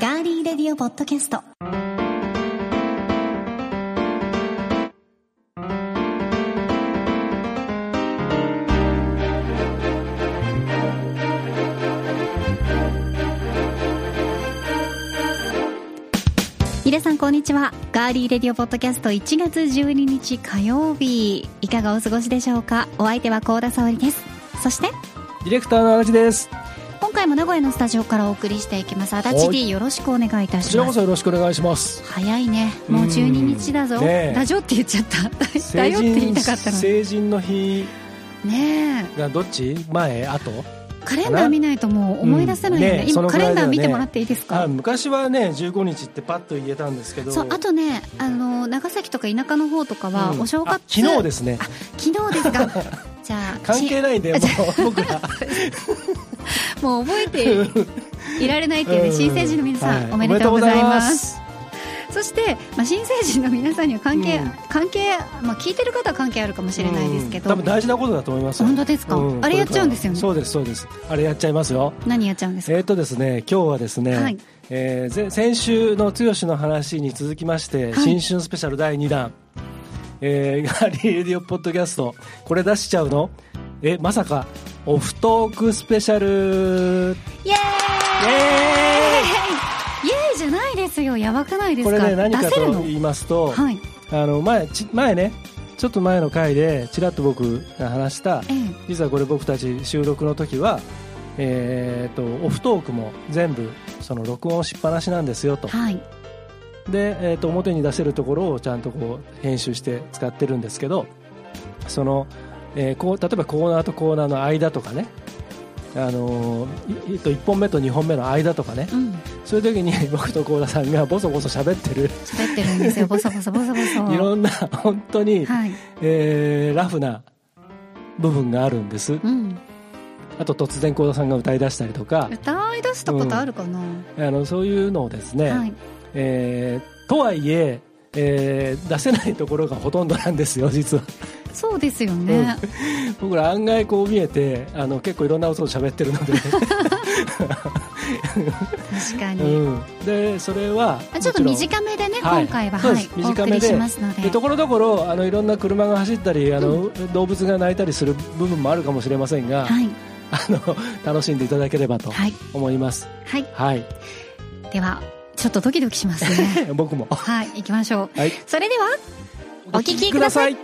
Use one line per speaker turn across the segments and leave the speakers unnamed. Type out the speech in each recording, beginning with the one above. ガーリーレディオポッドキャスト。皆さんこんにちは。ガーリーレディオポッドキャスト1月12日火曜日。いかがお過ごしでしょうかお相手は高田沙織です。そして、
ディレクターの足立です。こ
今回も名古屋のスタジオからお送りしていきます。足立
は
D
い
よろしくお願いいた
ち
し
ら
ま
こ
す。
そよろしくお願いします。
早いね。もう12日だぞ。
うんねえ
だじょって言っちゃった。だよって言いたかったの。
成人の日
ね
がどっち前後
え。カレンダー見ないともう思い出せないよね。
うんねえそ
今
の
カ
ぐら
レン
い
ダ
だ
ー
よね
見てもらっていいですか
あ昔はね、15日ってパッと言えたんですけど。
そう、あとね、あの、長崎とか田舎の方とかは、
うん
お正月
あ。昨日ですね。
昨日ですか じゃあ、
関係ないんで、もう 僕ら。
ちもう覚えていられないっていうね、新成人の皆さん、
はい
おめでとうございます。
おめでとうござい
そして、まあ、新成人の皆さんには関係、
うん
関係、まあ、聞いてる方は関係あるかもしれないですけど、
うん多分大事なことだと思いますよ
本当ですかあれやっちゃうんですよね
そうです、そうです。あれやっちゃいますよ。
何やっちゃうんですか、
えーとですね、今日はですね、
はい
えーぜ先週の剛の話に続きまして、
はい
新春スペシャル第2弾、えーガーリーレディオポッドキャスト、これ出しちゃうのえ、まさか、オフトークスペシャル、
イエーイ
イエ
イエーイじゃないですよやばくない
ーイ
です
こ
か
れね、何か
出せる
と
の
言いますと、
はい
あの前ち前ね、ちょっと前の回で、ちらっと僕が話した、
ええ
実はこれ僕たち収録の時は、えーと、オフトークも全部、その録音しっぱなしなんですよと。
はい
で、えー、と表に出せるところをちゃんとこう編集して使ってるんですけどその、えーこう例えばコーナーとコーナーの間とかね、あのーいいと1本目と2本目の間とかね
うん
そういう時に 僕と幸田さんがボソボソ喋ってる
喋ってるんです よボソボソボソボソ
いろんな本当に、
はい
えーラフな部分があるんです
うん
あと突然幸田さんが歌い出したりとか
歌い出したことあるかな、
あのそういうのをですね、
はい
えーとはいええー出せないところがほとんどなんですよ実は。
そうですよね、
僕ら案外こう見えてあの結構いろんなことを喋ってるの で、
確かに、
うん、でそれは
あちょっと
もろん
短めでね、
はい
今回は、
そう
は
で
い
す、
お送
短め
り
で
しますので
でところどころあのいろんな車が走ったりあの、動物が鳴いたりする部分もあるかもしれませんが、
はい
あの楽しんでいただければと
はい、
思います
はい、
はい、
ではちょっとドキドキしますね
僕も
はい行きましょう
はい
それではお聞きください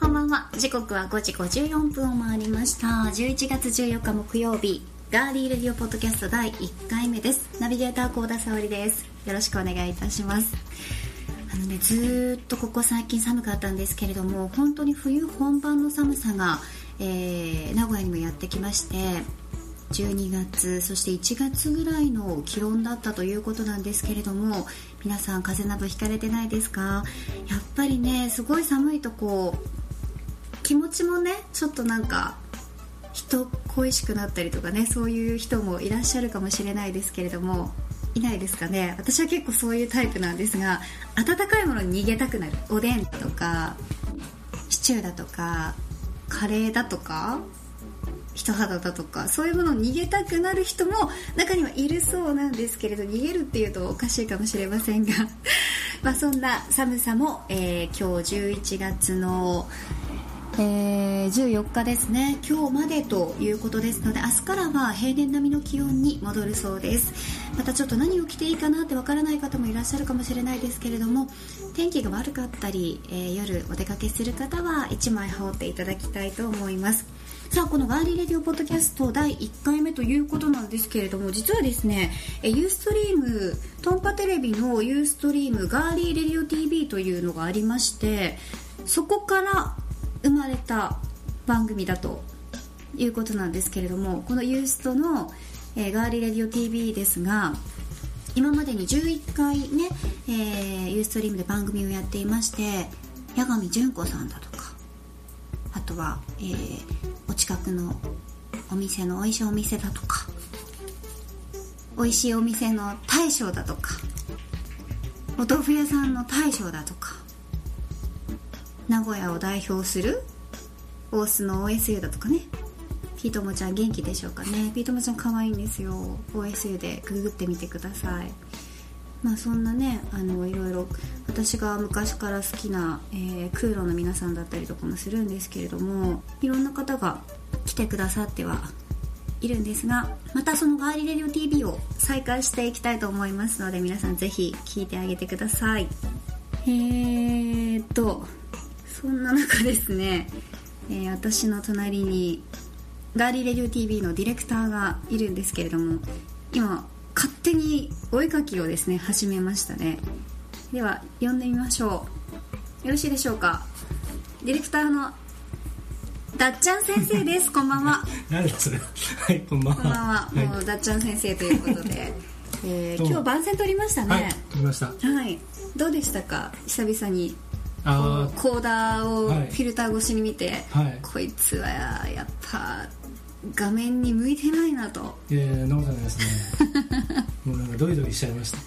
こんばんは。時刻は5時54分を回りました。11月14日木曜日、ガーリーレディオポッドキャスト第1回目です。ナビゲーター、幸田沙織です。よろしくお願いいたします。あのね、ずーっとここ最近寒かったんですけれども、本当に冬本番の寒さが、えー名古屋にもやってきまして、12月そして1月ぐらいの気温だったということなんですけれども皆さん風邪などひかれてないですかやっぱりねすごい寒いとこう気持ちもねちょっとなんか人恋しくなったりとかねそういう人もいらっしゃるかもしれないですけれどもいないですかね私は結構そういうタイプなんですが温かいものに逃げたくなるおでんとかシチューだとかカレーだとか人肌だとかそういうものを逃げたくなる人も中にはいるそうなんですけれど逃げるっていうとおかしいかもしれませんが まあそんな寒さも、えー今日11月のえー14日ですね今日までということですので明日からは平年並みの気温に戻るそうですまたちょっと何を着ていいかなってわからない方もいらっしゃるかもしれないですけれども天気が悪かったり、えー夜お出かけする方は1枚羽織っていただきたいと思いますさあこのガーリーレディオポッドキャスト第1回目ということなんですけれども実はですねえユーストリームトンパテレビのユーストリームガーリーレディオ TV というのがありましてそこから生まれた番組だということなんですけれどもこのユーストの、えーガーリーレディオ TV ですが今までに11回ね、えー、ユーストリームで番組をやっていまして八神純子さんだとかあとは、えーお近くのお店の美味しいお店だとか美味しいお店の大将だとかお豆腐屋さんの大将だとか名古屋を代表する大須の OSU だとかねピートモちゃん元気でしょうかねピートモちゃん可愛いんですよ OSU でググってみてくださいまあそんなねあのいろいろ私が昔から好きな、えー、空路の皆さんだったりとかもするんですけれどもいろんな方が来てくださってはいるんですがまたそのガーリレディオ TV を再開していきたいと思いますので皆さんぜひ聞いてあげてくださいえーっとそんな中ですね、えー私の隣にガーリレディオ TV のディレクターがいるんですけれども今勝手にお絵描きをですね始めましたねでは呼んでみましょうよろしいでしょうかディレクターのだっちゃん先生ですこんばんは
なんだそれ。はい、こん ばんは。
こんばんは、
い、
もうだっちゃん先生ということで、えー
どうも
今日番宣取りました
はい、
ね
わかりました。
はい、どうでしたか久々に
あ
コーダーをフ
はい
ィルター越しに見て、
あ、はい。
こいつはやっぱ画面に向いてないなとも
いやいや、飲んだないですね。もうなんかドリドリしちゃいました。
う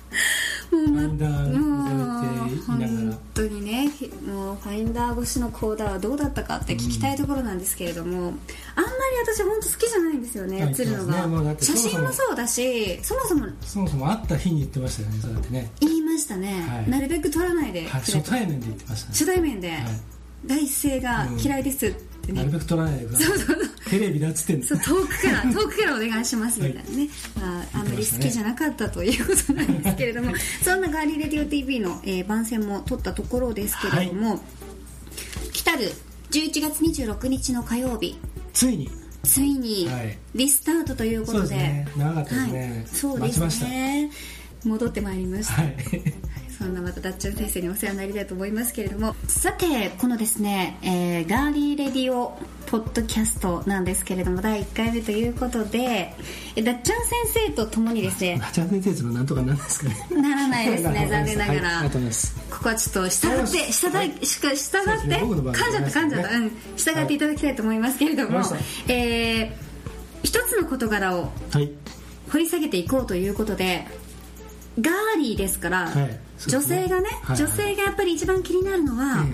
アンダー
もう
見されていながら
本。当にねひもうファインダー越しのコーダーはどうだったかって聞きたいところなんですけれども、あんまり私本当好きじゃないんですよね
はい
映るのが、
そうですねもうだってそ
写
もそ
真
も
もそうだしそもそも
そもそも会った日に言ってましたよね、そうやってね。
言いましたね、
はい
なるべく撮らないで
はい、
くれ
初対面で言ってました
初対面で
ね。は
第一声が嫌いですって
い。
ね、
なるべく撮らないでください。テレビだっつってんの。
そう遠く から遠くからお願いしますみたいなね、まあ、あんまり好きじゃなかったということなんですけれど も、そんなガーリーレディオ TV の、えー番宣も取ったところですけれども、来たる11月26日の火曜日
ついに。
ついに
はい
リスタートというこ
そう
と
で
です
ね。長かったですね
は。い、そうで
待ちますした。
ね戻ってまいりました、
はい。
そんなまたダッチャン先生にお世話になりたいと思いますけれどもさてこのですね、えーガーリーレディオポッドキャストなんですけれども第1回目ということでえダッチャン先生と共にです ね
ガチャン先生のなんとかなんですかね。
ならないですね残念ながら、
はいありがとうございます。
ここはちょっと従って従ってしか従
そうです
って
ね僕の場合は
噛んじゃった噛んじゃった、
ね
うん従っていただきたいと思いますけれども、
わかりま
えー一つの事柄を
はい。
掘り下げていこうということでガーリーですから、
はいそ
女
うですね
性がね、
はいはい
女性がやっぱり一番気になるのは、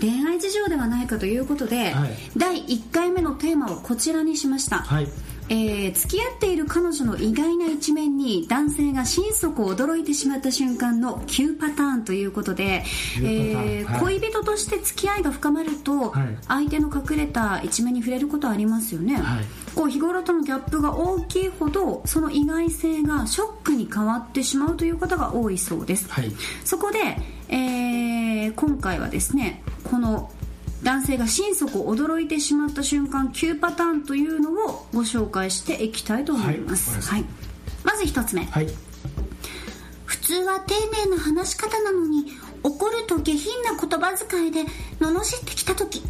恋愛事情ではないかということで、
はい
第1回目のテーマをこちらにしました、
はい。
えー付き合っている彼女の意外な一面に男性が心底驚いてしまった瞬間の旧パターンということで、
旧パターン
えー
はい
恋人として付き合いが深まると、
はい
相手の隠れた一面に触れることはありますよね、
はい
こう日頃とのギャップが大きいほどその意外性がショックに変わってしまうという方が多いそうです、
はい。
そこで、えー今回はですねこの男性が心底驚いてしまった瞬間9パターンというのをご紹介していきたいと思います、は
はい
まず1つ目
はい。
普通は丁寧な話し方なのに怒ると下品な言葉遣いで罵ってきた時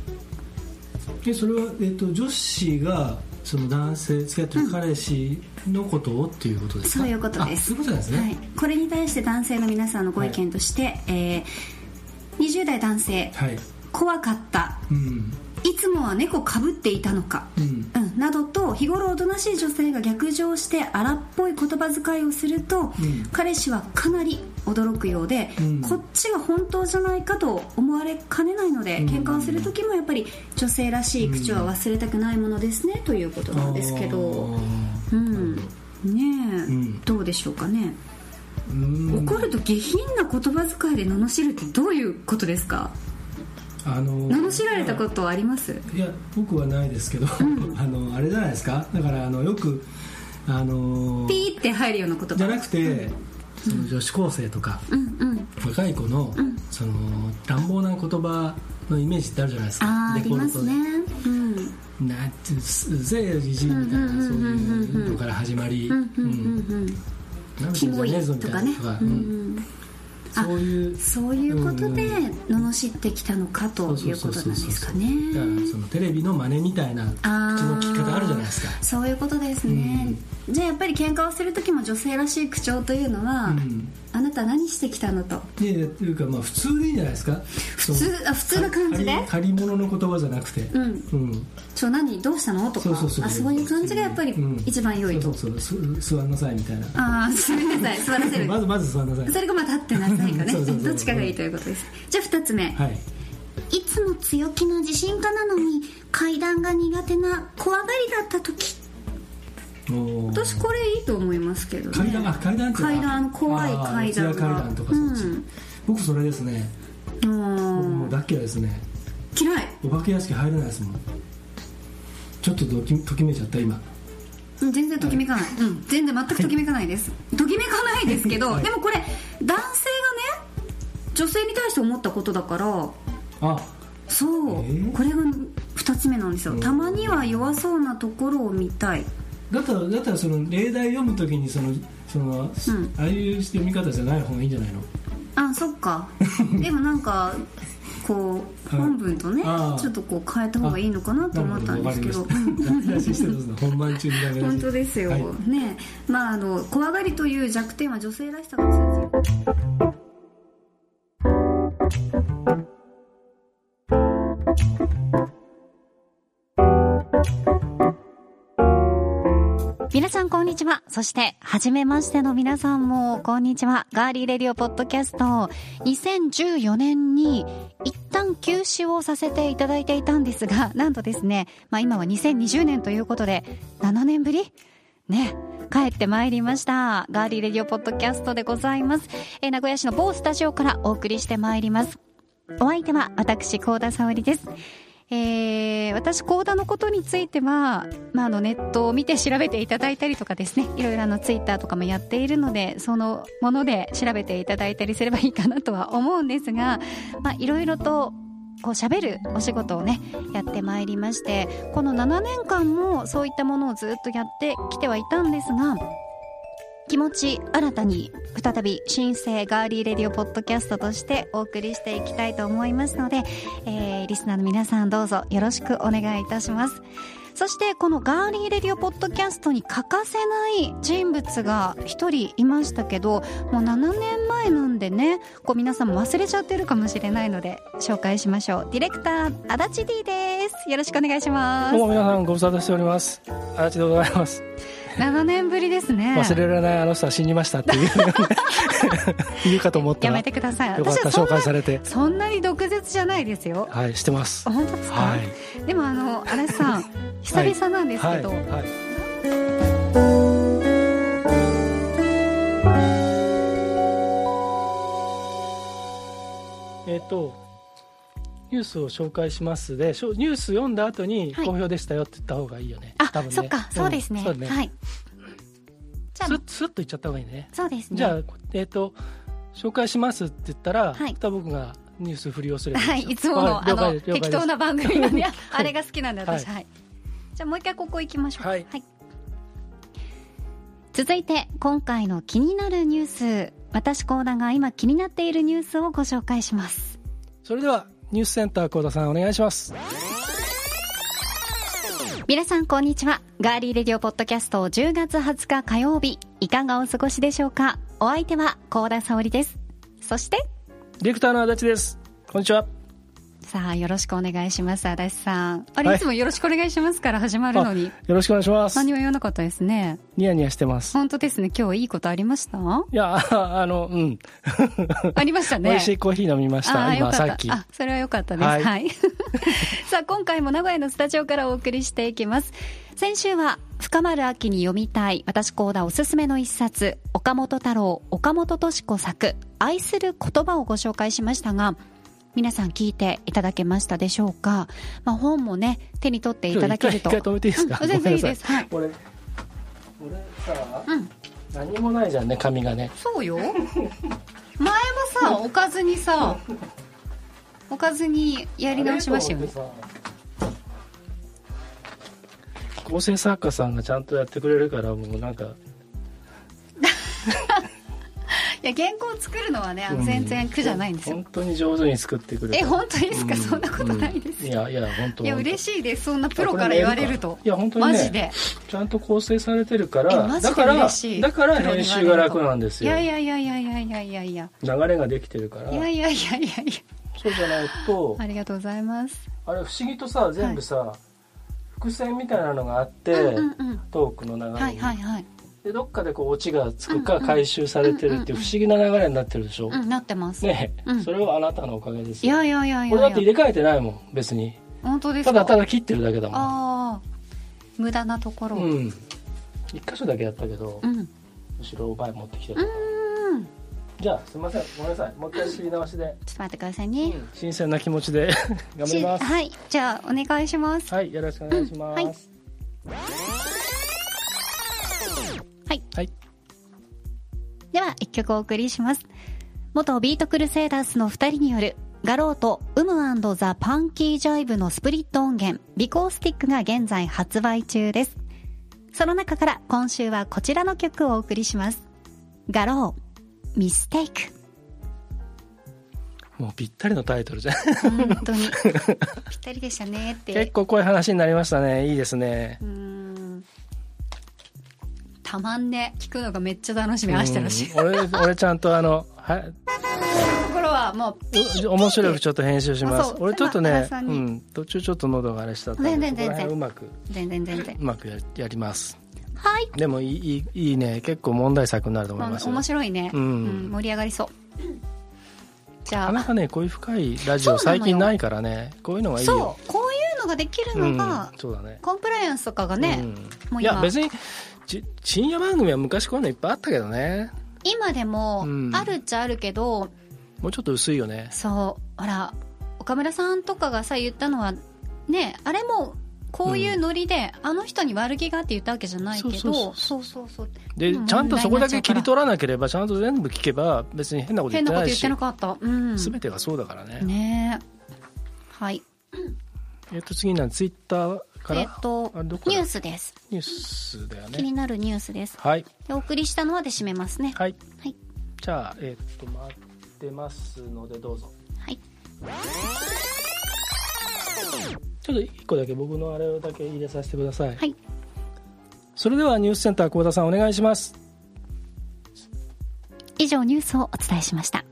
えそれは、えっと女子がその男性付き合ってる彼氏のことをっていうことですか、
そういうことです
あそういうことなんですね、
はい、これに対して男性の皆さんのご意見として、えー20代男性
はい、
怖かった
うん
いつもは猫かぶっていたのか、
うん
うん、などと日頃おとなしい女性が逆上して荒っぽい言葉遣いをすると、
うん
彼氏はかなり驚くようで、
うん
こっちが本当じゃないかと思われかねないので、
うん
喧嘩をする時もやっぱり女性らしい口調は忘れたくないものですね、ということなんですけど、
あ
う
ー
ん、ねえ、
うん
どうでしょうかね、
うん
怒ると下品な言葉遣いで罵るってどういうことですか
あの
罵られたことはあります
いや僕はないですけど、 あのあれじゃないですかだからあのよくあの
ピーって入るような言葉
じゃなくて、その女子高生とか
うんうん
若い子の、その乱暴な言葉のイメージってあるじゃないですか
あーあ
デ
り
フォ
ま
ルト
す
で
ね、うん、
なんてうぜえじじいみたいなそういうのから始まり
うんうんうんうん
うん
キモいとかね
とか
う
うん
うんん
そういう
そういうことで
うん
罵ってきたのかということなんですかね
だからそのテレビの真似みたいな口
あー
の利き方あるじゃないですか
そういうことですね、じゃあやっぱり喧嘩をする時も女性らしい口調というのは、
うん
あなた何してきたのと
いやいやというかまあ普通でいいんじゃないですか普
普通あ普通な感じで
借り物の言葉じゃなくて
うん
うん
ちょ何どうしたのと
そ
か
うそうそう
あそういう感じがやっぱり
うん
一番良いと、
そうそうそうす座んなさいみたいな
ああすみません座らせる
まずまず座んなさい
それがまあ立ってなさいか ね
そうそうそう
どっちかがいいということですじゃあ2つ目、
はい
い、つも強気な自信家なのに階段が苦手な怖がりだった時
おー
私これいいと思いますけど、ね、
階段あ階段っていうか
階段怖い
あー
階段
四谷階段とかそっち
うん
僕それですね
う
もうんだけはですね
嫌い
お化け屋敷入れないですもんちょっとどきときめいちゃった今
うん全然ときめかない、うん、全然全くときめかないです、ときめかないですけど、
はい
でもこれ男性がね女性に対して思ったことだから
あ
そう、
えー
これが2つ目なんですよ、
うん
たまには弱そうなところを見たい
だったらだったらその例題読むときにそのその、
ん
ああいう読み方じゃない方がいいんじゃないの
あそっ かでもなんかこう
はい
本文とね、
あー
ちょっとこう変えた方がいいのかなと思ったんですけど
なるほどわかりまし たダメ出ししてるんですね本番中にダメ出し
本当ですよ、
はい
ねまああの怖がりという弱点は女性らしさが強い皆さんこんにちは。そして、はじめましての皆さんもこんにちは。ガーリーレディオポッドキャスト。2014年に一旦休止をさせていただいていたんですが、なんとですね、まあ今は2020年ということで、7年ぶりね、帰ってまいりました。ガーリーレディオポッドキャストでございます。えー名古屋市の某スタジオからお送りしてまいります。お相手は私、高田沙織です。えー私、高田のことについては、まあ、あのネットを見て調べていただいたりとかですね、いろいろあのツイッターとかもやっているので、そのもので調べていただいたりすればいいかなとは思うんですが、まあ、いろいろとこう喋るお仕事をね、やってまいりまして、この7年間もそういったものをずっとやってきてはいたんですが、気持ち新たに再び新生ガーリーレディオポッドキャストとしてお送りしていきたいと思いますので、えーリスナーの皆さんどうぞよろしくお願いいたしますそしてこのガーリーレディオポッドキャストに欠かせない人物が一人いましたけどもう7年前なんでねこう皆さんも忘れちゃってるかもしれないので紹介しましょうディレクター足立 D ですよろしくお願いします
どうも皆さんご無沙汰しております足立でございます
7年ぶりですね
忘れられないあの人は死にましたって いう言うかと思った
や
ら
め
よ
てください
かっ
私
た
はそ
紹
んな
介されて
そんなに毒舌じゃないですよ
はいしてます
あ本当ですか、
はい
でもあの荒井 さん久々なんです
は
け
い
ど、
はいえっ、とニュースを紹介しますでしょニュース読んだ後に
はい
好評でしたよって言った方がいいよね、
あ、
多分ね
そっかそうですね,、
んそうだ
はいじゃあ
スッスッと言っちゃった方がいいね
そうですね
じゃあえっ、と紹介しますって言ったら、
はい
また僕がニュース振りをすれば
は いい
いで
い
す
つ
よ
もの,、
はい
あ
了解
の
です了解です
適当な番組 がね
い
あれが好きなんで私はい、じゃあもう一回ここ行きましょう
はい
続いて今回の気になるニュース私高田が今気になっているニュースをご紹介します
それではニュースセンター幸田さんお願いします
皆さんこんにちはガーリーレディオポッドキャスト10月20日火曜日いかがお過ごしでしょうかお相手は高田沙織ですそして
ディレクターの足立ですこんにちは
さあよろしくお願いします足立さんあれ、
はい
い、つもよろしくお願いしますから始まるのに
よろしくお願いします
何も言わなかったですね
ニヤニヤしてます
本当ですね今日いいことありました
いやああのうん
ありましたね
美味しいコーヒー飲みました、
ああ
今
よかった
さっき
あそれは良かったですは、
はいい
さあ今回も名古屋のスタジオからお送りしていきます先週は深まる秋に読みたい私高田おすすめの一冊岡本太郎岡本敏子作愛する言葉をご紹介しましたが皆さん聞いていただけましたでしょうか、まあ、本もね手に取っていただけると
ちょっと一回一回止めていいですか
うん全然いいです、はい、
これこれさ
うん
何もないじゃんね紙がね
そうよ前もさおかずにさおかずにやり直しましたよね
構成作家さんがちゃんとやってくれるからもうなんか
いや原稿を作るのはねあの全然苦じゃないんですよ
本、当に上手に作ってくれ
え
た
本当ですか、
うん
そんなことないです、
いやいや本当
いや
本当
嬉しいですそんなプロから言われると
いや本当にね
マジで
ちゃんと構成されてるか
え
ら
マジで
だから
嬉しい
だから編集が楽なんです
い
よ
やいやいやいやいやいやいやいや
流れができてるから
いやいやいやいやいや
そうじゃないと
ありがとうございます
あれ不思議とさ全部さ、伏線みたいなのがあって、
うんうんうん
トークの流れに、
はいはいはい、
でどっかでこうオチがつくか、
うんうん
回収されてるっていう不思議な流れになってるでしょ、
うん、なってます、
ねえ、
うん
それはあなたのおかげです
い
よ
やいやいやい
俺だ
や
って
い
入
や
れ替えてないもん別に
本当です
た
か
だただ切ってるだけだも
ああ無駄なところを
んうん一箇所だけやったけど、
うん
後ろを前持ってきて
う
る、
ーん
じゃあすいませんごめんなさいもう一回仕切り直しで、
ちょっと待ってくださいね、
新鮮な気持ち で頑張ります
はいじゃあお願いします
はいよろしくお願いします、
うんはいはい、
はい
では一曲お送りします元ビートクルセイダースの2人によるガローとウムザ・パンキージョイブのスプリット音源ビコースティックが現在発売中ですその中から今週はこちらの曲をお送りしますガローミステイク
もうぴったりのタイトルじゃん
本 当にぴったりでしたねって
結構こういう話になりましたねいいですね
うーんたまんね聞くのがめっちゃ楽しみ明日のし
うん 俺俺ちゃんとあのは
ところはもう
う面白くちょっと編集しま
あ
す
そう
俺ちょっと
今原
ね、
さん
う
に
ん、途中ちょっと喉があれしたったんで
全然
そこら辺
全然
うまく
全然全然
うまくややります
はい
でもいいいいいいね結構問題作になると思い
ま
ま
あ
すよ
面白いね、う
うんん
盛り上がりそうじ
な
ゃ
かな
あ
かねこういう深いラジオ
そうなの
最
よ
近ないからねこういうのがいいよ
そうこういうのができる
う
の
ん
が、
そうだね
コンプライアンスとかがね、
う
も
ん、い
う今
や別にち深夜番組は昔こういうのいっぱいあったけどね
今でも
うん
あるっちゃあるけど、
もうちょっと薄いよね
そうほら岡村さんとかがさ言ったのはねあれもこういうノリで、あの人に悪気があって言ったわけじゃないけど
そうそう
そうそうそう
で
うん
ちゃんとそこだけ切り取らなければちゃんと全部聞けば別に変なこと言っ
変
てな
なこと
い
言っ
して
なかったうん
全てがそうだからね
ねはい
えっと次なんツイッターから
えっと
あどこだ
ニュースです
ニュースだよ
気
ね
になるニュースです
はい
でお送りしたのはで締めますね
はい
はい
じゃあえっと待ってますのでどうぞ
はい
ちょっと一個だけ僕のあれだけ入れさせてください
はい
それではニュースセンター幸田さんお願いします
以上ニュースをお伝えしました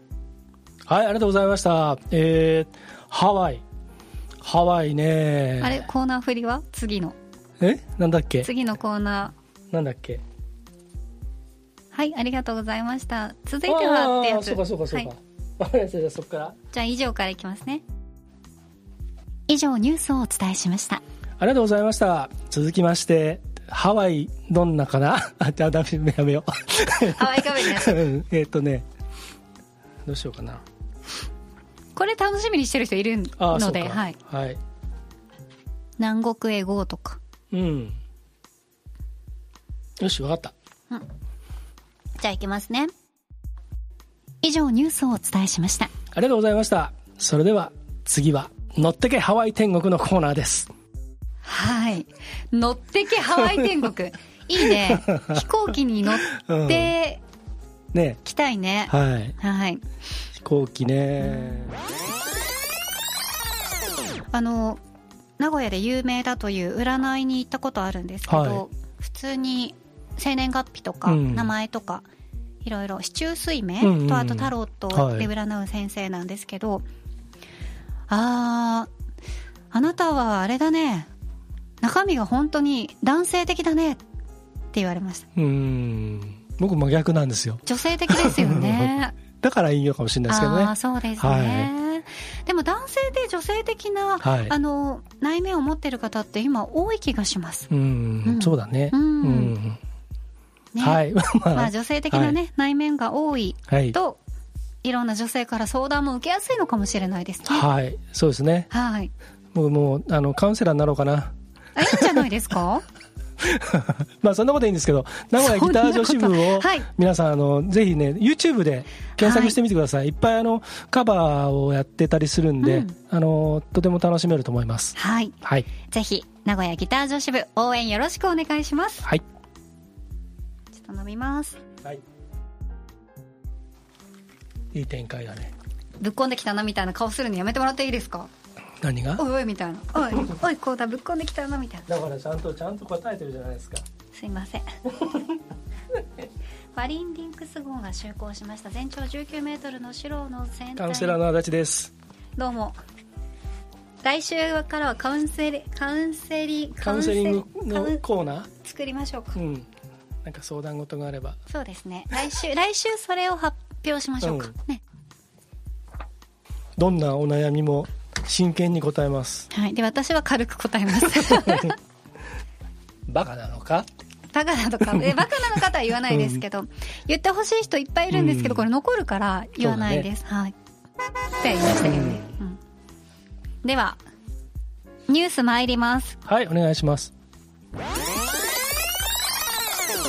はいありがとうございましたえー、ハワイハワイね
あれコーナー振りは次の
えなんだっけ
次のコーナ
なんだっけ
ーはいありがとうございました続いて
あ
は
あ
ってや
ー
つ
そうかそうかそうか、
はい
はい、じゃあそっから
じゃあ以上からいきますね以上ニュースをお伝えしました
ありがとうございました。続きまして、ハワイ、どんなかな あ、じゃあダメ、やめよ
ハワイカメね
う。 うんえっとね、どうしようかな。
これ楽しみにしてる人いる
あそ
の
うか
で、はい、
はい。
南国英語とか
うん。よし、わかった。
じゃあいきますね以上ニュースをお伝えしました
ありがとうございました。それでは、次は、乗ってけハワイ天国のコーナーです。
はい。乗ってけハワイ天国。いい ね。飛行機に乗って
ね
きたいね。
はい。
はい。
飛行機ね。
あの、名古屋で有名だという占いに行ったことあるんですけど、
は
普通に生年月日とか、
うん
名前とか、いろいろ、市中水明
うんうん
と、あとタロットで占う先生なんですけど、あー、あなたはあれだね。中身が本当に男性的だねって言われました。
うん。僕真逆なんですよ。
女性的ですよ ね。
だからいいのかもしれないですけど
ああー
ね。
そうですね、でも男性で女性的な、
はい
あの内面を持ってる方って今多い気がします。
うん、
うん
そうだね。
うん
うん
ね
はい。 まあ
まあ女性的なね、内面が多い
はい。
といろんな女性から相談も受けやすいのかもしれないですね。は
は
い。
い、そうですね。僕もう、あの、カウンセラーになろうかな。
あいいんじゃないですか。
まあ、そんなことはいいんですけど、名古屋ギター女子部を、
はい。
皆さん、あの、ぜひね、YouTube で検索してみてください。い、っぱい、あの、カバーをやってたりするんで、
うん
あの、とても楽しめると思います。
はい。
はい。
ぜひ名古屋ギター女子部応援よろしくお願いします。
はい。
ちょっと飲みます。
はい。いい展開だね
ぶっこんできたなみたいな顔するのやめてもらっていいですか
何が
おいおいみたいなおいおいこうだぶっこんできたなみたいな
だからちゃんとちゃんと答えてるじゃないですか
すい ませんマリンリンクス号が就航しました全長1 9メートルのシロの船
カウンセラー
体
の足立です
どうも来週からはカウンセリカウンセリ
カウンセリング
カウ
の
ン
コーナ
作りましょうか、
ーうんなんか相談事があれば
そうですね来週来週それを発表しましょうか、
うん
ね
どんなお悩みも真剣に答えます
はいで私は軽く答え ます
バカなのか
バカなのかえバカなのかとは言わないですけど、言ってほしい人いっぱいいるんですけど、
うん
これ残るから言わないです、はいって言いましたけどね、うんではニュース参ります
はいお願いします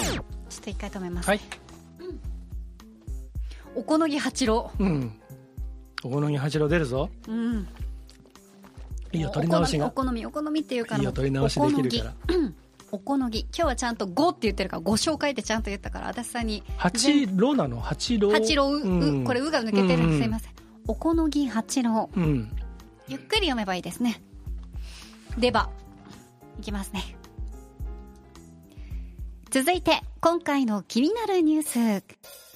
ちょっと一回止めます、
はい
おこのぎ八郎
うんお好み八郎出るぞ
うん
いいよ取り直しが
お好みお好みお好みっていうから
いいよ取り直しできるから
おこのぎうんおこのぎ今日はちゃんと「ご」って言ってるから「ご紹介」ってちゃんと言ったから私さんに
八郎なの八郎
八郎う、
うん
うこれ「う」が抜けてる、
うん
すいませんおこのぎ八郎
うん
ゆっくり読めばいいですねではいきますね続いて今回の気になるニュース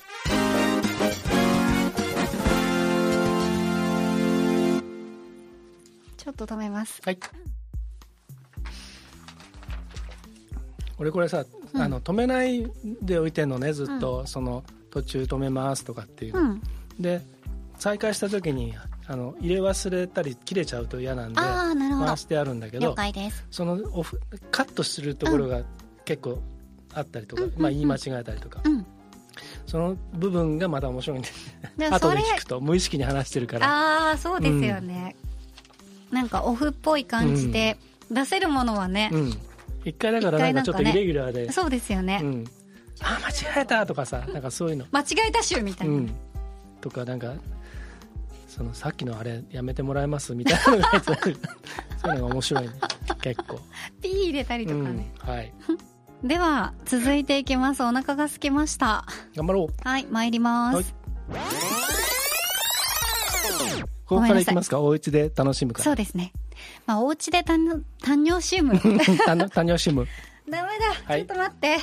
ちょっと止めます
はい俺これさ、あの止めないでおいてんのねずっと、その途中止めますとかっていう、
うん
で再開した時にあの入れ忘れたり切れちゃうと嫌なんで
ああなるほど
回してあるんだけ
了
ど
解です
そのオフカットするところが結構あったりとか、
うんうんうん
まあ、言い間違えたりとか、
うん
その部分がまた面白いんで
でも
後
そ
で
れ
聞くと無意識に話してるから
ああそうですよね、なんかオフっぽい感じで出せるものはね、
うん一回だからなんかちょっとイレギュラーで、
そうですよね、
うん、あ間違えたとかさなんかそういうの、
間違えた集みたいうな、
ん、とかなんかそのさっきのあれやめてもらえますみたいなのがやつ そういうのが面白いね結構、
ピー入れたりと
う
かね、
ん、はい
では続いていきますお腹が空きました
頑張ろう
はい参ります、
はいここからいきますかお家で楽しむか
そう
ら
ですねまあお家で単尿単尿シウム ダ
たの楽しむ
メだ、
はい
ちょっと待って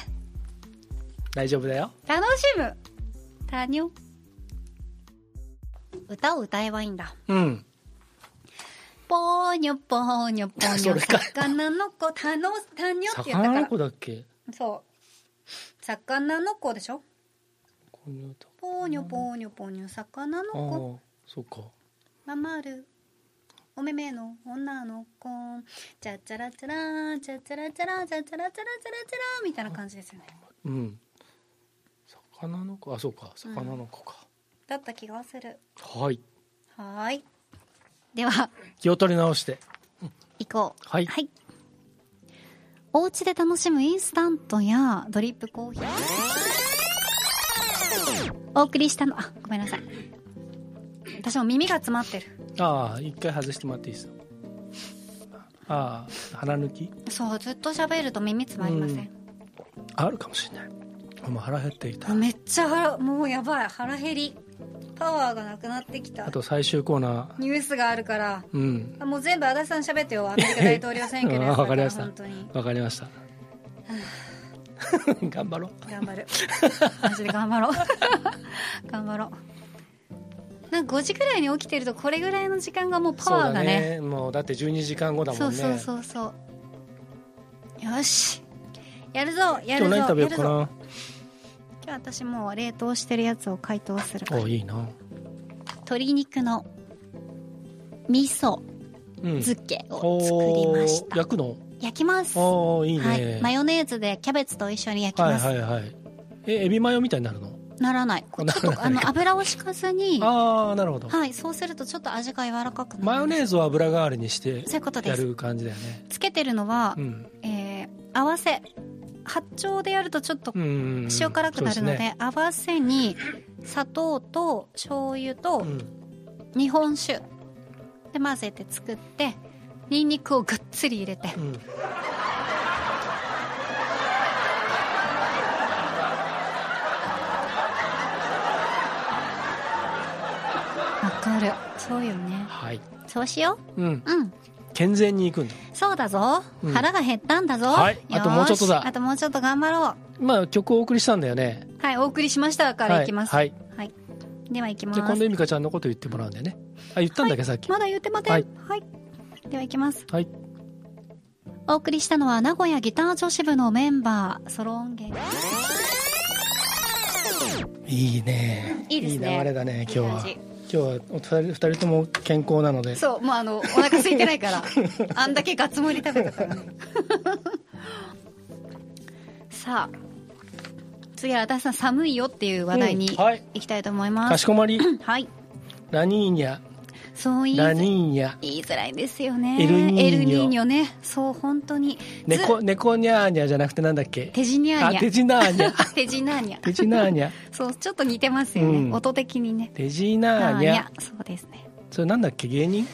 大丈夫だよ
楽しむ単尿歌を歌えばいいんだ
うん
ぽーにょぽーにょぽーに
そ
ょ
れか
魚の子たの単尿って言
魚
ったか
の
ら
子だっけ
そう魚の子でしょ
こんなと
ぽーにょぽーにょぽーにょ魚の
ああ
子
そうか
まんまるおめめの女の子チャチャラチャラチャチャラチャラチャチャラチャラチャラチャラみたいな感じですよね
うん魚の子あそうか魚の子か、
だった気がする
はい
はーいでは
気を取り直して
行こう
はい
はいお家で楽しむインスタントやドリップコーヒーお送りしたのあごめんなさい私も耳が詰まってる
ああ一回外してもらっていいですかああ鼻抜き
そうずっと喋ると耳詰まりません、
あるかもしれない俺も腹減っていた
あめっちゃ腹もうやばい腹減りパワーがなくなってきた
あと最終コーナ
ニュースがあるから
ーうん
あもう全部足立さん喋ってよアメリカ大統領選挙のやつ
あ
だ
わかり
ら
ました
本当に
わかりました 頑張ろう
頑張るマジで頑張ろう 頑張ろうなんか5時くらいに起きてるとこれぐらいの時間がもうパワーがね
そうだねもうだって12時間後だも
そ
ん
う
ね
そうそうそうよしやるぞ
今日
やるぞ
何
や
食べよ
る
うか
ぞ
な
今日私もう冷凍してるやつを解凍する
おいいな
鶏肉の味噌
うん
漬けを作りまし
おー
た、
焼くの
焼きます
ああいいね、
はい、マヨネーズでキャベツと一緒に焼き
は
ま
い
す、
はいはいえエビマヨみたいになるの
ならないこうちょっとあの油を敷かずに
ああなるほど
はいそうするとちょっと味が柔らかくなる
マヨネーズを油代わりにして
そういうことで
や
す
る感じだよね
つけてるのは、
うん
えー合わせ八丁でやるとちょっと
うんうんうん
塩辛くなるので,、
そうすね
合わせに砂糖と醤油
う
と
ん
日本酒で混ぜて作ってニンニクをがっつり入れて
うん
かるそうよね
はい、
そうしよ
うん、
ううん
健全にいくんだ
そうだぞ、
うん
腹が減ったんだぞ
はい
よーし
あともうちょっとだ
あともうちょっと頑張ろ
まあ曲をお送りしたんだよね
うはいお送りしましたからいきます
はい、
ではいきま
はいじ
す
ゃあ今度ゆみかちゃんのこと言ってもらうんだよねあ言ったんだっけさっき
まだ言ってません
は
はいい、ではいきます
はい
お送りしたのは名古屋ギター女子部のメンバーソロ音源
いいね
いいですね
いい流れだね今日はい
い感じ
今日はお二人二人とも健康なので
そうもうあのお腹空いてないからあんだけガッツ盛り食べたからねさあ次は足立さん寒いよっていう話題に
うんはい
いきたいと思いま
か
す、
しこまり
はい
ラニーニャ
そう言いづ
ラ
らい
ニーニャ
言いづらいですよね
エルニーニョ
エルニーニョねそう本当に
猫猫ニャーニャじゃなくてなんだっけ
テジニャーニ
あ
ャ
テジナーニャ
テジナーニャ
テジナー ニャ
そうちょっと似てますよね、
うん
音的にね
テジナーニャ
そうですね
それなんだっけ芸人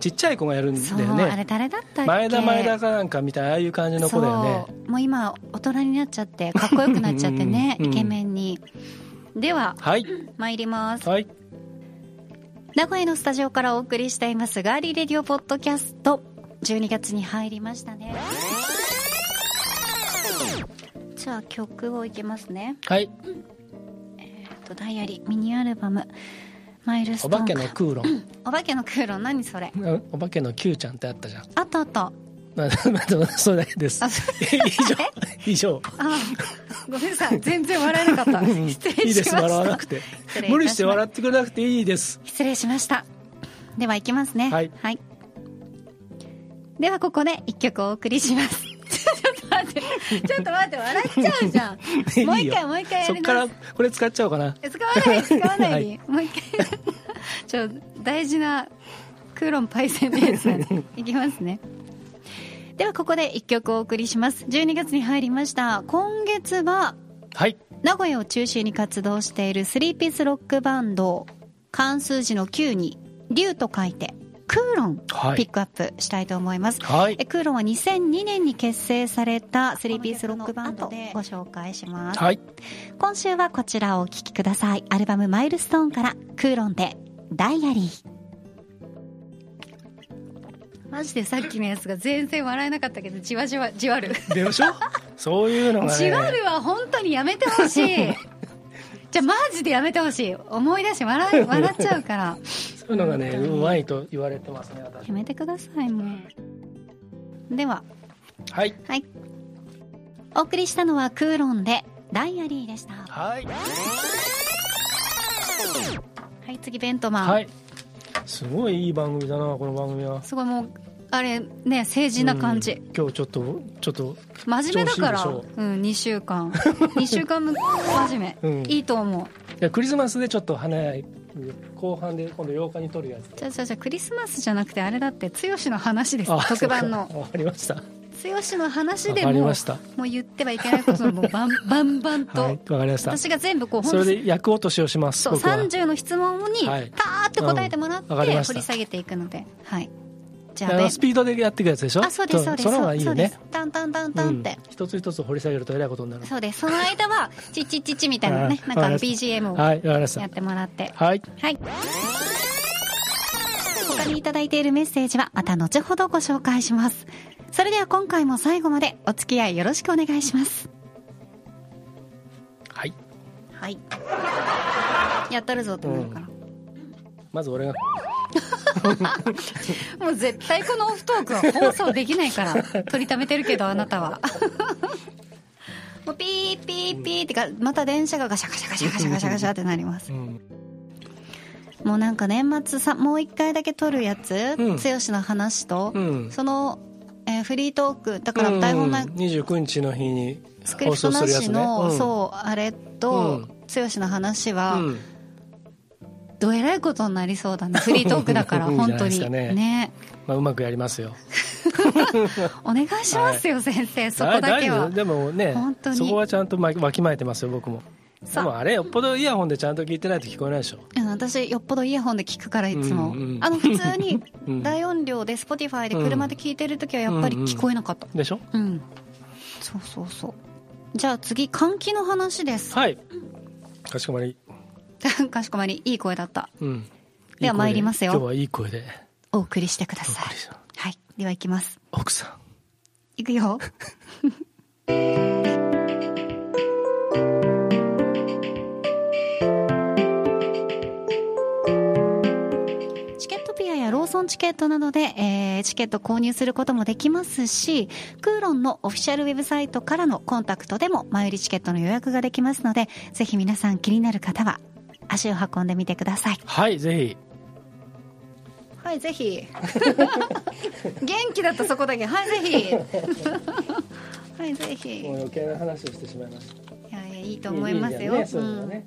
ちっちゃい子がやるん
そう、
だよ
あれ
ね
誰だったっけ
前田前田かなんかみたいなああいう感じの子だよね
そうもう今大人になっちゃってかっこよくなっちゃってね
うん
イケメンにでは
はい
参ります
はい
名古屋のスタジオからお送りしていますガーリーレディオポッドキャスト12月に入りましたねじゃあ曲をいきますね
はい
えっとダイアリーミニアルバム「マイルス
お
トー
化」
ン
けのクーロン
お化けの空論何それ
うんお化けのキューちゃんってあったじゃん
あったあった
まあまあでもそれだけです
あそう
以上以上
あごめんなさい全然笑えなかっ た
うん
失礼しました
いいです笑わなくて
失礼いたしました
無理して笑ってくれなくていいです
失礼しましたではいきますね
はい
ではここで一曲お送りします ちょっと待ってちょっと待って笑っちゃうじゃん
いいよ
もう一回もう一回や
そっ
り
か
直
ら
す
これ使っちゃおうかな
え使わない使わないで、もう一回ちょっと大事なクーロンパイセンのやつなんでいきますねではここで一曲お送りします12月に入りました今月は
はい
名古屋を中心に活動しているスリーピースロックバンド漢数字の9に竜と書いてクーロン
はい
ピックアップしたいと思います、
はい
えクーロンは2002年に結成されたスリーピースロックバンドでご紹介します
はい
今週はこちらをお聴きくださいアルバム「マイルストーン」から「クーロン」で「ダイアリー」マジでさっきのやつが全然笑えなかったけどじわじわじわる
で しょそういうのが
じ
ね
わるは本当にやめてほ しいじゃあマジでやめてほしい思い出して笑い笑っちゃうから
そういうのがね
本
う
当に
まいと言われてますね私
やめてくださいもうでは
はい
はいお送りしたのはクーロンでダイアリーでしたは
はい
い次ベントマン、
はいすごいいい番組だなこの番組は
すごいもうあれね政治な感じ、
うん今日ちょっとちょっと
真面目だから
調
う
子いいで
ん2週 間2週間分真面目、
うん
いいと思う
いやクリスマスでちょっと花屋後半で今度8日に撮るやつ
じゃあじゃあじゃあクリスマスじゃなくてあれだって剛の話です
あ
特番の
そうかわかりましたわか
剛の話でも
りました
もう言ってはいけないこともバンバンバン と、
はいわかりました
私が全部こう
そ
本
れ
当に
で役落としをします
そう
僕は
30の質問にパ
はい
ーって答えてもらって、
うんわかりました
掘り下げていくので、はい、じ
あ
ゃあ
の
ね
スピードでやっていくやつでしょ
あそうですそうです
の方がいい
そ
よ
うで
ね
すタンタンタン
う
タンっ
ん
て、
一つ一つ掘り下げるとえらいことになる
そうですその間はチッチッチッチみたいなのね
はい
なんかあの
わかりました
BGM を
はいわかりまし
やったてもらって
はい
はい他にいただいているメッセージはまた後ほどご紹介しますそれでは今回も最後までお付き合いよろしくお願いします
はい
はいやっとるぞってなるから、
まず俺が
もう絶対このオフトークは放送できないから取りためてるけどあなたはもうピーピーピーってかまた電車がガシャガシャガシャガシャガシャガシャってなります
うん
もうなんか年末さもう一回だけ撮るやつ、
うん
剛の話と、
うん
その、えーフリートークだから台本な、
うん29日の日に
スクリ
放
プ
送
ト
す
な
るや
し
つね
の、
うん
そうあれと、
うん
剛の話は、
うん
どえらいことになりそうだねフリートークだから
いいんじゃな
本
い
当
です
に
かねまあうまくやりますよ
お願いしますよ、先生そこ
あ
だ
大
け
丈
は
夫でもね
本当に
そこはちゃんとまわきまえてますよ僕もで
さ
もあれよっぽどイヤホンでちゃんと聞いてないと聞こえないでしょ
うん私よっぽどイヤホンで聞くからいつも、
うんうん
あの普通に
うん
大音量で Spotify で車で聞いてる時はやっぱり聞こえなかった
でしょ
うん、そうそうそうじゃあ次換気の話です
はいかしこまり
かしこまりいい声だった
うん
では参ります
今日
よ
はいい声で
お送りしてくだ
お
さ
送
い
りします
はいでは行きます
奥さん
行くよチケットピアやローソンチケットなどで、えーチケット購入することもできますしクーロンのオフィシャルウェブサイトからのコンタクトでも前売りチケットの予約ができますのでぜひ皆さん気になる方は足を運んでみてください
はいぜひ
はいぜひ 元気だったそこだけはいぜ ひはいぜひい
もう余計な話をしてしまいました
やいやいいと思いますよ
いいじゃんねそういうのね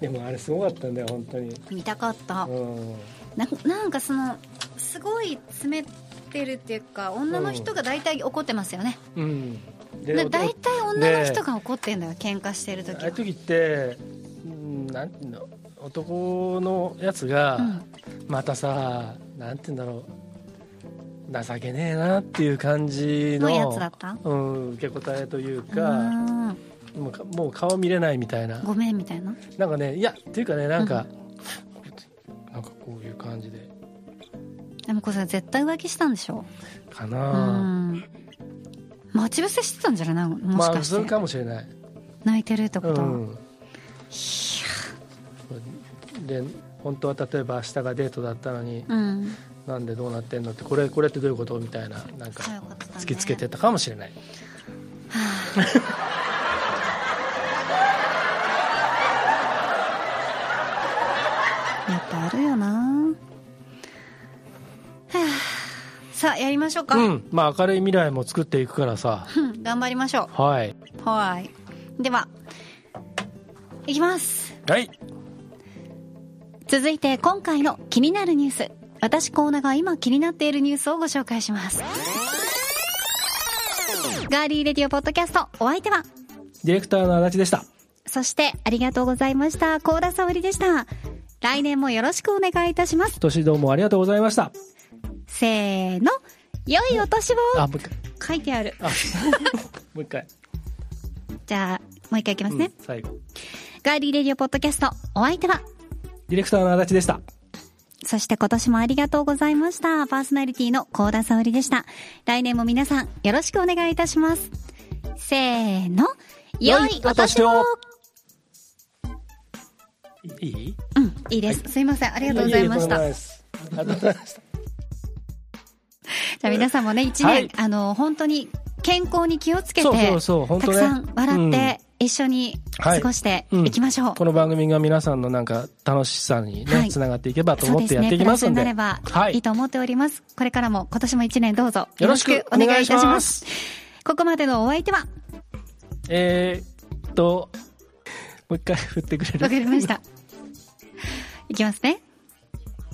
でもあれすごかったんだよ本当に
うん見たかった
うん
ななんかそのすごい詰めてるっていうか女の人が大体怒ってますよね、
うん
だ
で
大体女の人が怒ってんだよ喧嘩してる時
ああい
は
う時ってうんなんていうの男のやつが、
うん
またさなんていうんだろう情けねえなっていう感じの
のやつだった
うん、受け答えという
う
か
ーん
もうかもう顔見れないみたいな
ごめんみたいな
なんかねいやっていうかねなんか、なんかこういう感じで
でもこれ絶対浮気したんでしょ
か
う
な、
ん待ち伏せしてたんじゃないなも
ま
し
あ
かし
そ
て、
れかもしれない、
泣いてるって
う
ことは、
ん、で本当は例えば明日がデートだったのに、
うん
なんでどうなってんのってこれこれってどういうことみたいななんか
そういうことだね
突きつけてたかもしれない
やっぱあるよなはあさあやりましょうか、
うんまあ明るい未来も作っていくからさ
うん頑張りましょ
はい。
うはいでは行きます
はい。
続いて今回の気になるニュース私コーナが今気になっているニュースをご紹介しますガーリーレディオポッドキャストお相手は
ディレクターの足立でした。
そしてありがとうございました高田沙織でした来年もよろしくお願いいたします
今年どうもありがとうございました。
せーの良いお年を
あ、もう一回。
書いてある
あ、もう一回。
じゃあもう一回いきます
う
ね
ん、最後。
ガーリーレディオポッドキャストお相手は
ディレクターの足立でした。
そして今年もありがとうございましたパーソナリティの高田沙織でした来年も皆さんよろしくお願いいたしますせーの良いお年を
いい
うんいいです、すいませんありがとうございました
ありがとうございました。
じゃあ皆さんもね一年、
はい
あの本当に健康に気をつけて
そうそうそう本
た
当
く
ね
さん笑って、一緒に過ごしていきましょう、
この番組が皆さんのなんか楽しさに
は
ね、
い
つながっていけばと
そう
思
で
って
す
やっ
ね
ていき
プ
ま
ラ
す
ス
ん
に
で。
なれば
はい
いい。と思っております、これからも今年も一年どうぞ
よろしくお願いし
お願
ま
い
す
いたここまでのお相手は
えーっと、もう一回振ってくれる。
わかりました。いきますね。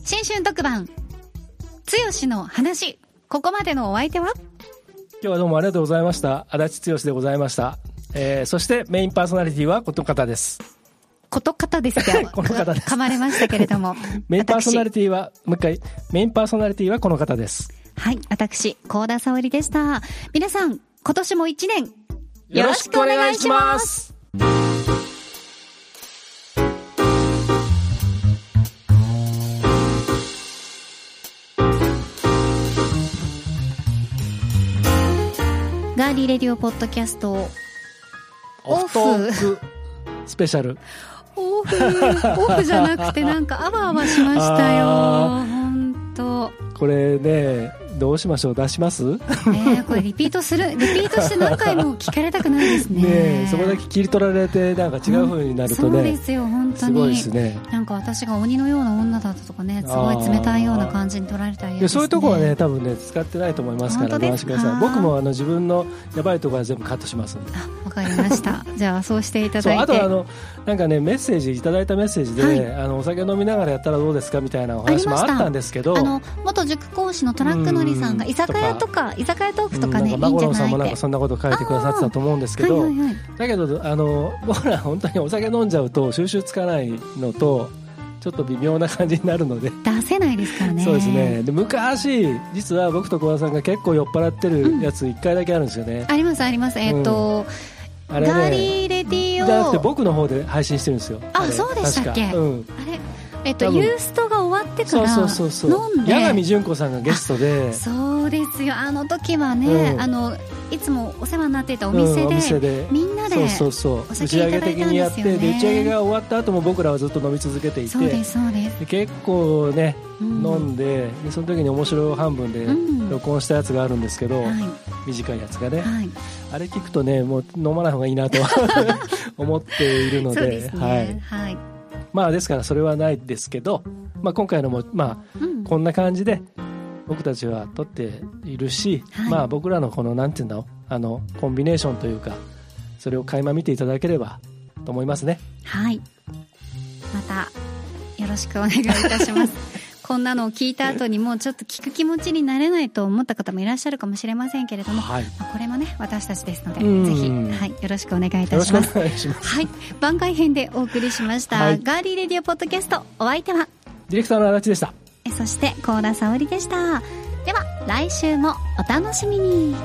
新春特番、つよしの話。ここまでのお相手は
今日はどうもありがとうございました。足立剛でございました。えー、そしてメインパーソナリティはこの方です。
ことかたですよ
この方です。
噛まれましたけれど も
メインパーソナリ
テ
ティは、もう一回、メインパーソナリティはこの方です。
ィ。はい、私、高田沙織でした。皆さん、今年も一年、よろしくお願いします。
す。
ガーリーレディオポッドキャス ト、
オフトークスペシャル。
オフ、オフじゃなくてなんかあわあわしましたよ。
あ
本当。
これね、どうしましょう出しますね
ねえ、これリピートする、リピートして何回も聞かれたくないです ね。
え、そこだけ切り取られて、なんか違う風になると
そうで
ね、
すよ本当に
すごいですね。
なんか私が鬼のような女だったとかねすごい冷たいような感じに取られたり、
でそういうところはね、多分ね、使ってないと思いますから、
本
ご安
当です
心
か
ください。僕もあの自分のやばいところは全部カットしますんで。
あわかりました じゃあそうしていた
そう
だいて
あとあのなんかねメッセージいただいたメッセージで、
はい
あのお酒飲みながらやったらどうですかみたいなお話もあ
ありました
ったんですけど
あの元塾講師のトラックのりさんが
うん
居酒屋とか居酒屋トークとか
う
ね、
ん
い
ないん
ん
マ
じ
ゴロ
ゃ
さんもな
な
か
んいって
そんなこと書いてくださってたと思うんですけど、
はいはいはい
だけどあの 僕ら本当にお酒飲んじゃうと収集つかないのとちょっと微妙な感じになるので、
出せないですからね
そうですねで昔実は僕と小田さんが結構酔っ払ってるやつ1回だけあるんですよね、
ありますありますえっ、と、
あれ
ガーリ
ね
ーレディ
じ
オ
ゃなくて僕の方で配信してるんですよ
あ
れ
そうでしたっけ
確かうん
あれえっ、と
多分
ユーストが終わわってか
そう
ら
そうそうそう
飲んで
八神純子さんがゲストで
そうですよあの時はね、
うん
あのいつもお世話になっていたお店で,、
うんお店で
みんなで
そうそうそう
お
打
酒
ち
いた
上
だい
げ的
たんですよね
にやってで打ち上げが終わった後も僕らはずっと飲み続けていて
そうですそうです、
で結構ね
うん
飲んで,、でその時に面白半分で
うん
録音したやつがあるんですけど、
はい
短いやつがね、
はい
あれ聞くとねもう飲まない方がいいなと 思っているの
そう
で
です
は
ね
い
はい、
まあ、ですからそれはないですけど、まあ、今回のも、まあ、
うん
こんな感じで僕たちは撮っているし、
はい
まあ、僕らのこのなんていうんだろうあのコンビネーションというかそれを垣間見ていただければと思いますね。
はい。また、よろしくお願いいた します。こんなのを聞いた後にもうちょっと聞く気持ちになれないと思った方もいらっしゃるかもしれませんけれども、
はい、よ
まあこれもね、私たちですので、
うん
ぜひ、はい、よろしくお願いいた
ろし
し
く
ま
お
す。
願いします。
はい、番外編でお送りしました、
はい
ガーリーレディオポッドキャスト、お相手は、
ディレクターの足立でした。
えそして、高田沙織でした。では、来週もお楽しみに。